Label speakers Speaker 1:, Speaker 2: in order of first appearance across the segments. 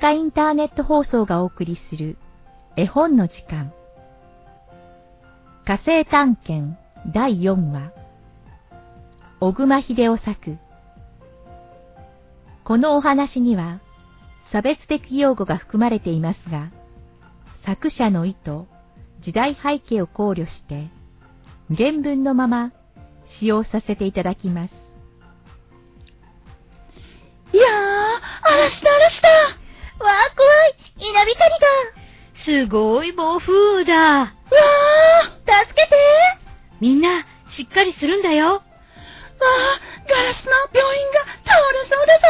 Speaker 1: 家インターネット放送がお送りする絵本の時間火星探検第4話小熊秀夫作このお話には差別的用語が含まれていますが作者の意図時代背景を考慮して原文のまま使用させていただきます
Speaker 2: いやー、嵐だ嵐だ
Speaker 3: わー怖い稲光だ
Speaker 4: すごい暴風雨だわー
Speaker 3: 助けて
Speaker 4: みんな、しっかりするんだよわ
Speaker 2: ー、ガラスの病院が倒れそうだぞ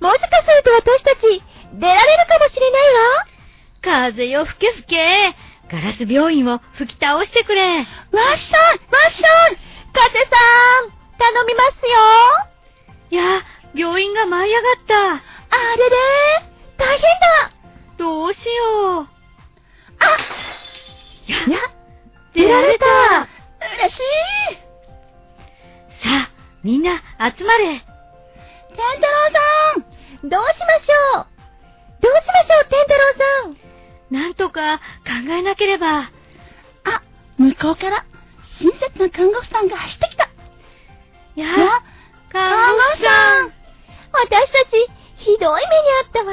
Speaker 3: もしかすると私たち、出られるかもしれ
Speaker 4: ないわ風よ吹け吹けガラス病院を吹き倒してくれわっし
Speaker 2: ょいわっしょい
Speaker 3: 風さん頼みます
Speaker 4: よいや、病院が舞い上がった。
Speaker 3: あれれ大変だ
Speaker 4: どうしよう。
Speaker 3: あ
Speaker 4: や、や出られた
Speaker 2: 嬉しい
Speaker 4: さあ、みんな集まれ。
Speaker 2: 天太郎
Speaker 3: さんどうしましょうどうしましょう、天太郎さ
Speaker 4: んなんとか考えなければ。
Speaker 2: あ、向こうから親切な看護婦さんが走ってきた。
Speaker 4: や、看護婦さん
Speaker 3: 私たち、ひどい目にあったわ。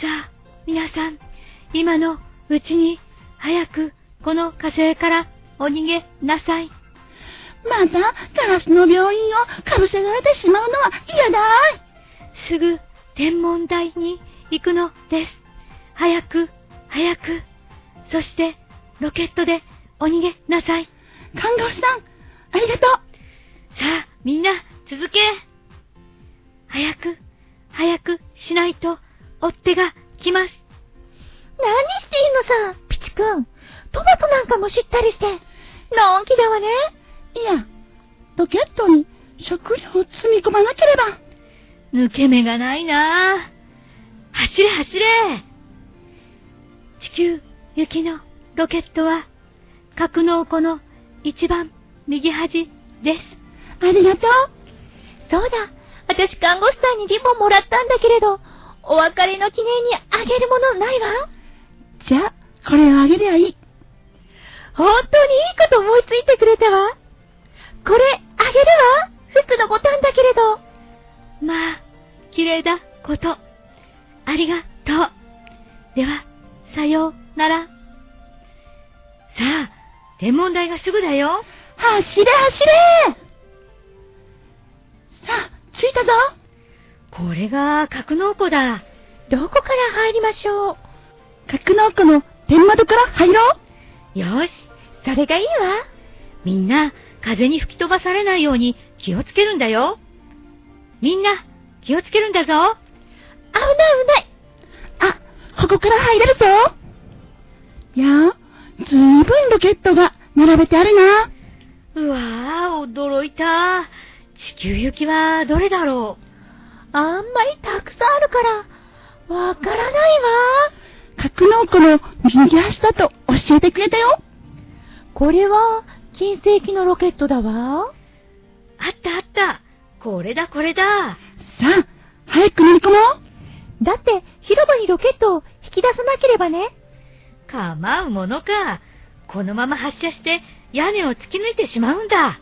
Speaker 4: さあ、皆さん、今のうちに、早く、この火星からお逃げなさい。
Speaker 2: また、ガラスの病院をかぶせられてしまうのは嫌だ
Speaker 4: すぐ、天文台に行くのです。早く、早く。そして、ロケットでお逃げなさい。
Speaker 2: 看護師さん、ありがとう。
Speaker 4: さあ、みんな、続け。早く、早くしないと、追っ手が来ます。
Speaker 3: 何していいのさ、ピチくん。トマトなんかもしったりして。のんきだわね。
Speaker 2: いや、ロケットに食料を積み込まなければ。
Speaker 4: 抜け目がないな走れ走れ地球行きのロケットは、格納庫の一番右端です。
Speaker 2: ありがとう。
Speaker 3: そうだ。私、看護師さんにリボンもらったんだけれど、お別れの記念にあげるものないわ。
Speaker 2: じゃあ、これをあげりゃいい。
Speaker 3: 本当にいいこと思いついてくれたわ。これ、あげるわ。服のボタンだけれど。
Speaker 4: まあ、綺麗だこと。ありがとう。では、さようなら。さあ、天文台がすぐだよ。
Speaker 2: 走れ走れさあ、着いたぞ
Speaker 4: これが格納庫だ。
Speaker 3: どこから入りましょう
Speaker 2: 格納庫の天窓から入ろ
Speaker 4: うよし、
Speaker 3: それがいいわ。
Speaker 4: みんな、風に吹き飛ばされないように気をつけるんだよ。みんな、気をつけるんだぞ。危ない
Speaker 3: 危
Speaker 2: ない。あ、ここから入れるぞ。いやずいぶんロケットが並べてあるな。
Speaker 4: うわぁ、驚いた。地球行きはどれだろう
Speaker 3: あんまりたくさんあるから、わからないわ。
Speaker 2: 格納庫の右足だと教えてくれたよ。
Speaker 3: これは、金星機のロケットだわ。
Speaker 4: あったあった。これだこれだ。
Speaker 2: さあ、早く乗り込もう。
Speaker 3: だって、広場にロケットを引き出さなければね。
Speaker 4: 構うものか。このまま発射して、屋根を突き抜いてしまうんだ。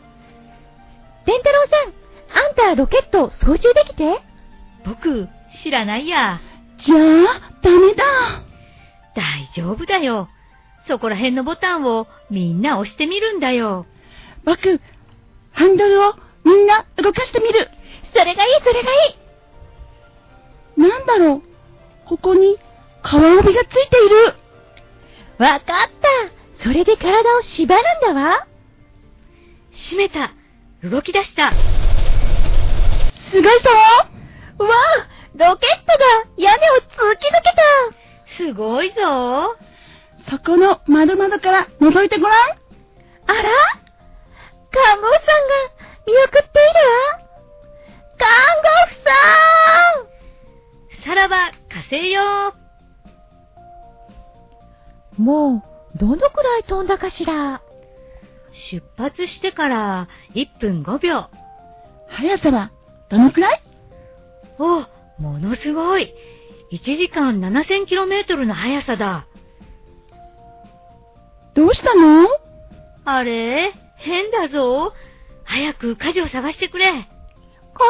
Speaker 3: 天太郎さん、あんたロケット操縦できて
Speaker 4: 僕、知らないや。
Speaker 2: じゃあ、ダメだ。
Speaker 4: 大丈夫だよ。そこら辺のボタンをみんな押してみるんだよ。
Speaker 2: 僕、ハンドルをみんな動かしてみる。
Speaker 3: それがいい、それがい
Speaker 2: い。なんだろう。ここに、川帯がついている。
Speaker 3: わかった。それで体を縛るんだわ。
Speaker 4: 閉めた。動き出した。
Speaker 2: すごいぞ
Speaker 3: わあロケットが屋根を突き抜けた
Speaker 4: すごいぞ
Speaker 2: そこの丸窓から覗いてごらん
Speaker 3: あら看護婦さんが見送っているわ看護婦
Speaker 4: さんさらば火星よ
Speaker 1: もう、どのくらい飛んだかしら
Speaker 4: 出発してから1分5秒。
Speaker 2: 速さはどのくらい
Speaker 4: お、ものすごい。 1時間 7000km の速さだ。
Speaker 2: どうしたの
Speaker 4: あれ変だぞ。早く火事を探してくれ。
Speaker 3: 火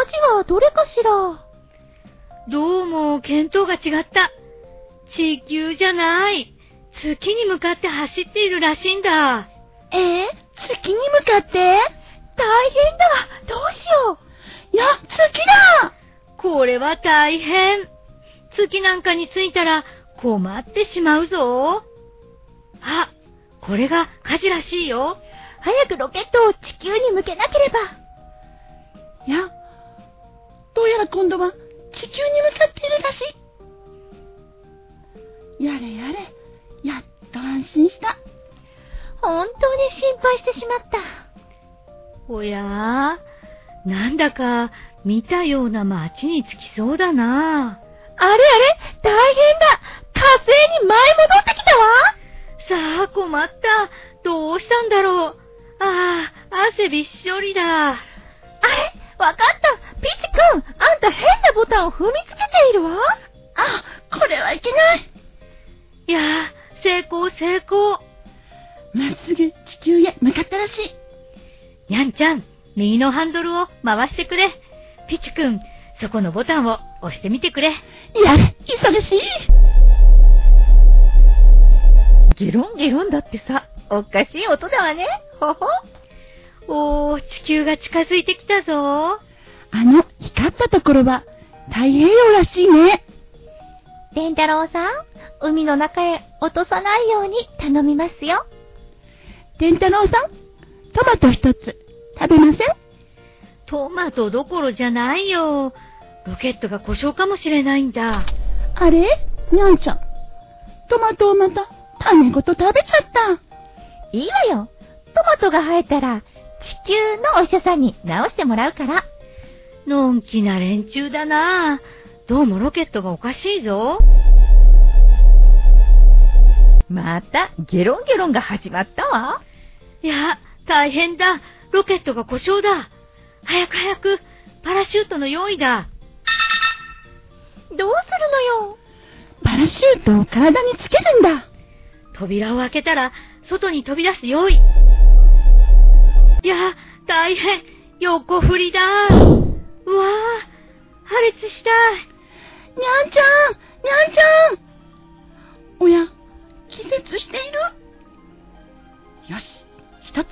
Speaker 3: 事はどれかしら
Speaker 4: どうも見当が違った。地球じゃない。月に向かって走っているらしいんだ。
Speaker 3: えー、月に向かって大変だどうしよ
Speaker 2: いや、月だ
Speaker 4: これは大変。月なんかに着いたら困ってしまうぞ。あ、これが火事らしいよ。
Speaker 3: う早くロケットを地球に向けなければ
Speaker 2: いや、どうやら今度は地球に向かっているらしい。やれやれ、やっと安心した。
Speaker 3: 本当に心配してしまった。
Speaker 4: おやなんだか見たような街に着きそうだな。
Speaker 3: あれあれ大変だ火星に舞い戻ってきたわ
Speaker 4: さあ困った。どうしたんだろう。ああ、汗びっしょりだ。
Speaker 3: あれわかったピチ君あんた変なボタンを踏みつけているわ
Speaker 2: あ、これはいけない。
Speaker 4: いやー、成功成功。
Speaker 2: まっすぐ地球へ向かったらしい。
Speaker 4: にゃんちゃん、右のハンドルを回してくれ。ピチくん、そこのボタンを押してみてくれ。
Speaker 2: やれ、忙しい。
Speaker 1: ゲロンゲロンだってさ。
Speaker 3: おかしい音だわねほほ
Speaker 4: おー、地球が近づいてきたぞ。
Speaker 2: あの、光ったところは太平洋らしいね。
Speaker 3: 伝太郎さん海の中へ落とさないように頼みますよ
Speaker 2: 天太郎さん、トマト一つ食べません
Speaker 4: トマトどころじゃないよ。ロケットが故障かもしれないんだ。
Speaker 2: あれにゃんちゃん。トマトをまた種ごと食べちゃった。
Speaker 3: いいわよトマトが生えたら地球のお医者さんに直してもらうから
Speaker 4: のんきな連中だな。どうもロケットがおかしいぞ。
Speaker 1: また、ゲロンゲロンが始まったわ。
Speaker 4: いや、大変だ。ロケットが故障だ。早く早く、パラシュートの用意だ。
Speaker 3: どうするのよ
Speaker 2: パラシュートを体につけるんだ。
Speaker 4: 扉を開けたら、外に飛び出す用意。いや、大変。横振りだ。うわぁ、破裂した。
Speaker 2: にゃんちゃんにゃんちゃんおや、気絶しているよし、一つ。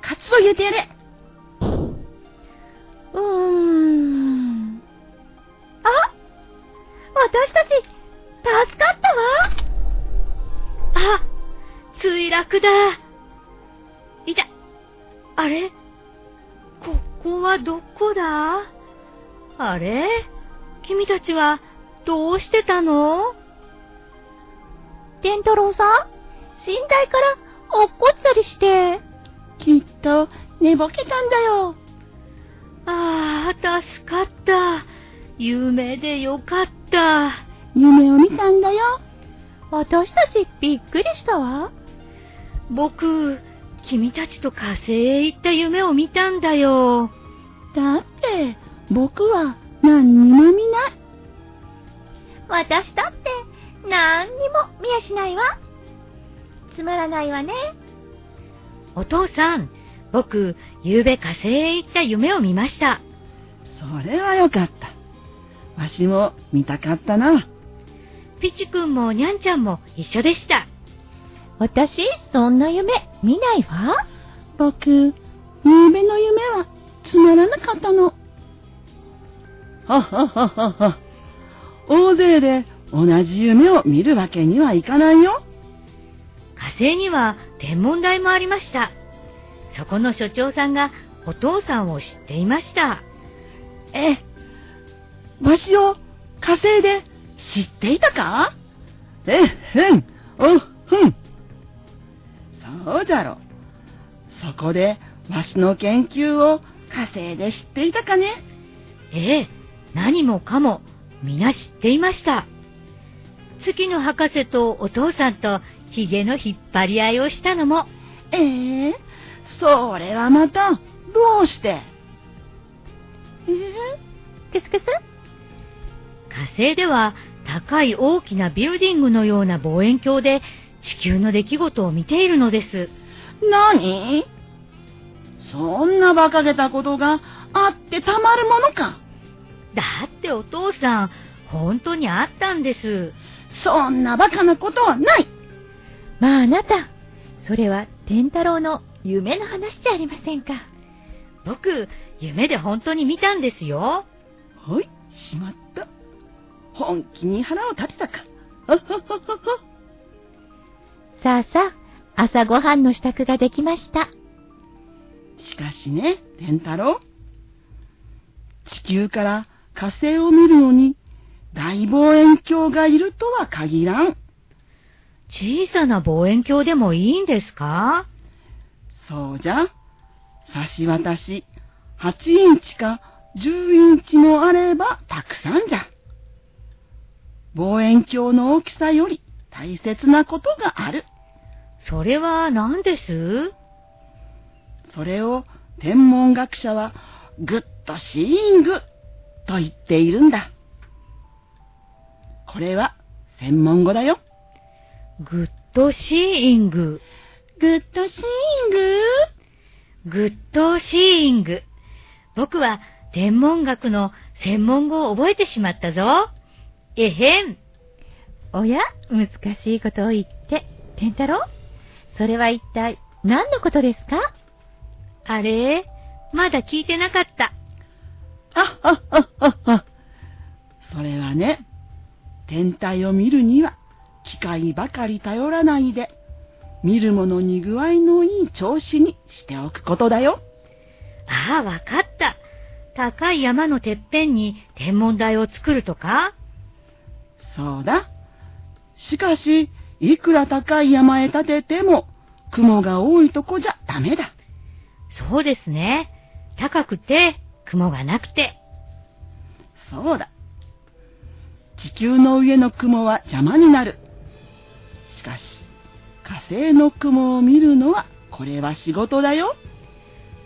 Speaker 2: カツを入れてやれ。
Speaker 3: うーんあ私たち助かったわ
Speaker 4: あ、墜落だ。いた。あれここはどこだあれ君たちはどうしてたの
Speaker 3: 伝太郎さん寝台から落っこったりして
Speaker 2: きっと寝ぼけたんだよ。
Speaker 4: ああ、助かった。夢でよかった。
Speaker 2: 夢を見たんだよ。
Speaker 3: 私たちびっくりしたわ
Speaker 4: 僕、君たちと火星へ行った夢を見たんだよ。
Speaker 2: だって、僕は何にも見ない。
Speaker 3: 私だってなんにも見やしないわつまらないわね
Speaker 4: お父さん、僕、昨べ火星へ行った夢を見ました。
Speaker 2: それはよかった。わしも見たかったな。
Speaker 4: ピチ君もニャンちゃんも一緒でした。
Speaker 1: 私、そんな夢、見ないわ。
Speaker 2: 僕、夕べの夢はつまらなかったの。ははははは。大勢で同じ夢を見るわけにはいかないよ。
Speaker 4: 火星には天文台もありました。そこの所長さんがお父さんを知っていました。
Speaker 2: ええ。わしを火星で知っていたかえっへん、おっふん。そうじゃろ。そこでわしの研究を火星で知っていたかね
Speaker 4: ええ、何もかも皆知っていました。月の博士とお父さんとヒゲの引っ張り合いをしたのも、
Speaker 2: ええそれはまた、どうしてええ
Speaker 3: キスキス
Speaker 4: 火火星では高い大きなビルディングのような望遠鏡で地球の出来事を見ているのです。
Speaker 2: 何そんな馬鹿げたことがあってたまるものか。
Speaker 4: だってお父さん、本当にあったんです。
Speaker 2: そんな馬鹿なことはない。
Speaker 1: まああなた、それは天太郎の夢の話じゃありませんか。
Speaker 4: 僕、夢で本当に見たんですよ。
Speaker 2: ほい、しまった。本気に腹を立てたか。あはははは
Speaker 1: さあさあ、朝ごはんの支度ができました。
Speaker 2: しかしね、天太郎。地球から火星を見るのに大望遠鏡がいるとは限らん。
Speaker 4: 小さな望遠鏡でもいいんですか
Speaker 2: そうじゃ。差し渡し、8インチか10インチもあればたくさんじゃ。望遠鏡の大きさより大切なことがある。
Speaker 4: それは何です
Speaker 2: それを天文学者はグッドシーングと言っているんだ。これは専門語だよ。
Speaker 4: グッドシーイング。
Speaker 2: グッドシーング
Speaker 4: グッドシーイング。僕は天文学の専門語を覚えてしまったぞ。えへん。
Speaker 1: おや、難しいことを言って、天太郎それは一体何のことですか
Speaker 4: あれまだ聞いてなかった。
Speaker 2: あっはっはっはっは。それはね、天体を見るには機械ばかり頼らないで、見るものに具合のいい調子にしておくことだよ。
Speaker 4: ああ、わかった。高い山のてっぺんに天文台を作るとか
Speaker 2: そうだ。しかし、いくら高い山へ建てても、雲が多いとこじゃダメだ。
Speaker 4: そうですね。高くて、雲がなくて。
Speaker 2: そうだ。地球の上の雲は邪魔になる。しかし、火星の雲を見るのは、これは仕事だよ。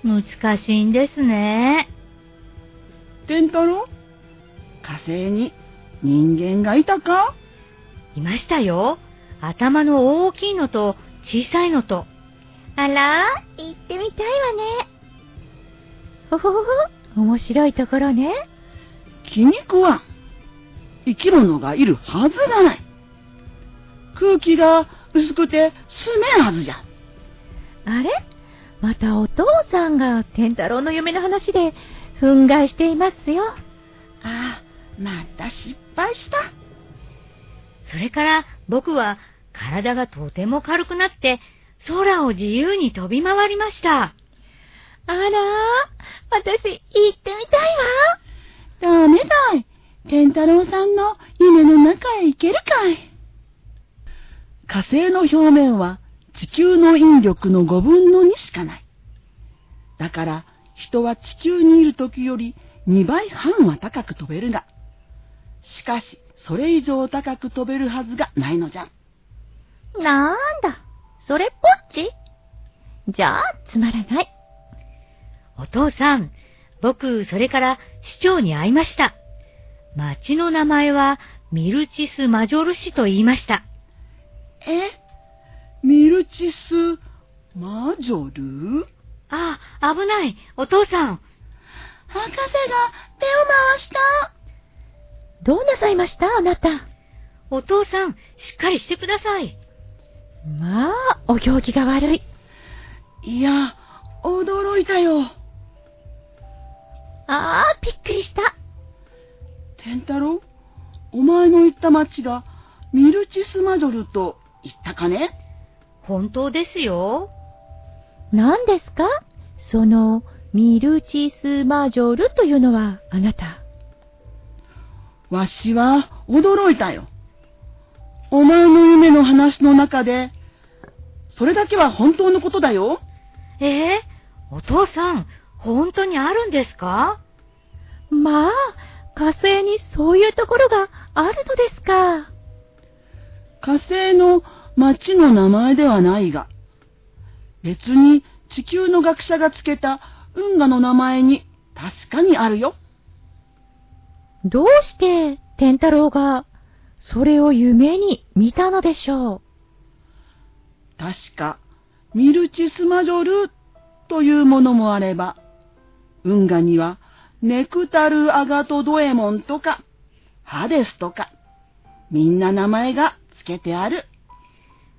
Speaker 4: 難しいんですね。
Speaker 2: 天太郎火星に人間がいたか
Speaker 4: いましたよ。頭の大きいのと小さいのと。
Speaker 3: あら、行ってみたいわね。
Speaker 1: ほほほほ、面白いところね。
Speaker 2: 気に食わん。生き物がいるはずがない。空気が薄くて住めんはずじゃ。
Speaker 1: あれまたお父さんが天太郎の夢の話で憤慨していますよ。
Speaker 2: ああ、また失敗した。
Speaker 4: それから僕は体がとても軽くなって空を自由に飛び回りました。
Speaker 3: あら、私、行ってみたいわ。
Speaker 2: ダメだい。天太郎さんの夢の中へ行けるかい。火星の表面は地球の引力の5分の2しかない。だから人は地球にいる時より2倍半は高く飛べるが、しかしそれ以上高く飛べるはずがないのじゃ。
Speaker 3: なんだ、それっぽっちじゃあ、つまらない。
Speaker 4: お父さん、僕、それから市長に会いました。町の名前はミルチス・マジョル市と言いました。
Speaker 2: えミルチス・マジョル
Speaker 4: ああ、危ない。お父さん。
Speaker 2: 博士が手を回した
Speaker 1: どうなさいましたあなた。
Speaker 4: お父さん、しっかりしてください。
Speaker 1: まあ、お行儀が悪い。
Speaker 2: いや、驚いたよ。
Speaker 3: あー、びっくりした。
Speaker 2: 天太郎お前の言った町がミルチスマジョルと言ったかね
Speaker 4: 本当ですよ。
Speaker 1: 何ですかその、ミルチスマジョルというのはあなた。
Speaker 2: わしは驚いたよ。お前の夢の話の中で、それだけは本当のことだよ。
Speaker 4: ええお父さん、本当にあるんですか
Speaker 1: まあ、火星にそういうところがあるのですか。
Speaker 2: 火星の町の名前ではないが、別に地球の学者がつけた運河の名前に確かにあるよ。
Speaker 1: どうして、天天太郎が、それを夢に見たのでしょう。
Speaker 2: 確か、ミルチスマジョルというものもあれば、運河にはネクタルアガトドエモンとか、ハデスとか、みんな名前が付けてある。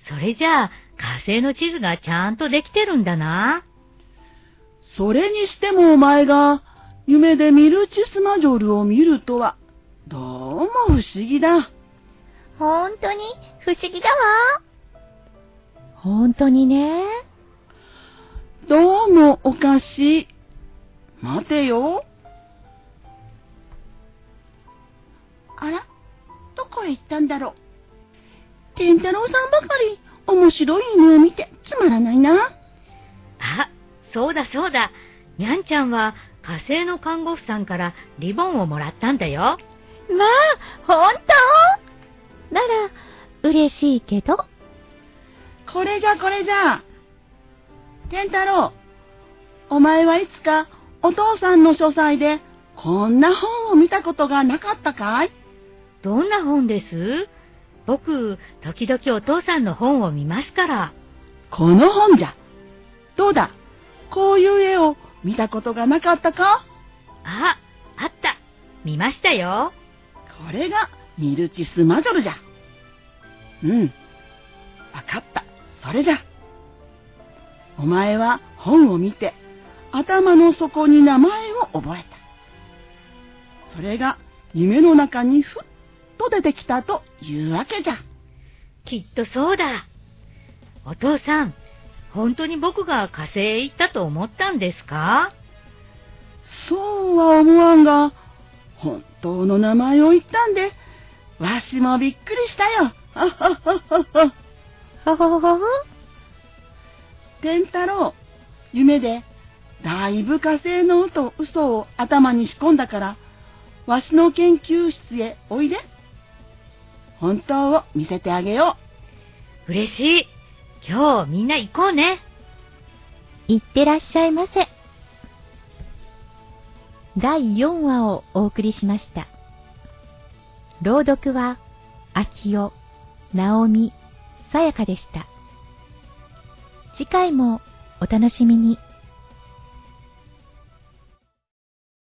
Speaker 4: それじゃあ、火星の地図がちゃんとできてるんだな。
Speaker 2: それにしてもお前が夢でミルチスマジョルを見るとは、どうも不思議だ。
Speaker 3: 本当に不思議だわ。
Speaker 1: 本当にね。
Speaker 2: どうもおかしい。待てよ。
Speaker 3: あらどこへ行ったんだろう。天太郎さんばかり面白い夢を見てつまらないな。
Speaker 4: あ、そうだそうだ。にゃんちゃんは火星の看護婦さんからリボンをもらったんだよ。
Speaker 3: まあ、本
Speaker 1: なら、嬉しいけど。
Speaker 2: これじゃこれじゃ。天太郎、お前はいつかお父さんの書斎でこんな本を見たことがなかったかい
Speaker 4: どんな本です僕、時々お父さんの本を見ますから。
Speaker 2: この本じゃ。どうだこういう絵を見たことがなかったか
Speaker 4: あ、あった。見ましたよ。
Speaker 2: これがミルチスマジョルじゃ。うん。わかった。それじゃ。お前は本を見て、頭の底に名前を覚えた。それが夢の中にふっと出てきたというわけじゃ。
Speaker 4: きっとそうだ。お父さん、本当に僕が火星へ行ったと思ったんですか
Speaker 2: そうは思わんが、本当の名前を言ったんで、わしもびっくりしたよ。あはははは
Speaker 1: ほほほほほ。
Speaker 2: 天太郎、夢で、だいぶ火星の嘘嘘を頭に仕込んだから、わしの研究室へおいで。本当を見せてあげよ
Speaker 4: 嬉しい。今日みんな行こうね。
Speaker 1: いってらっしゃいませ。第4話をお送りしました。朗読は、秋代、直美、さやかでした。次回もお楽しみに。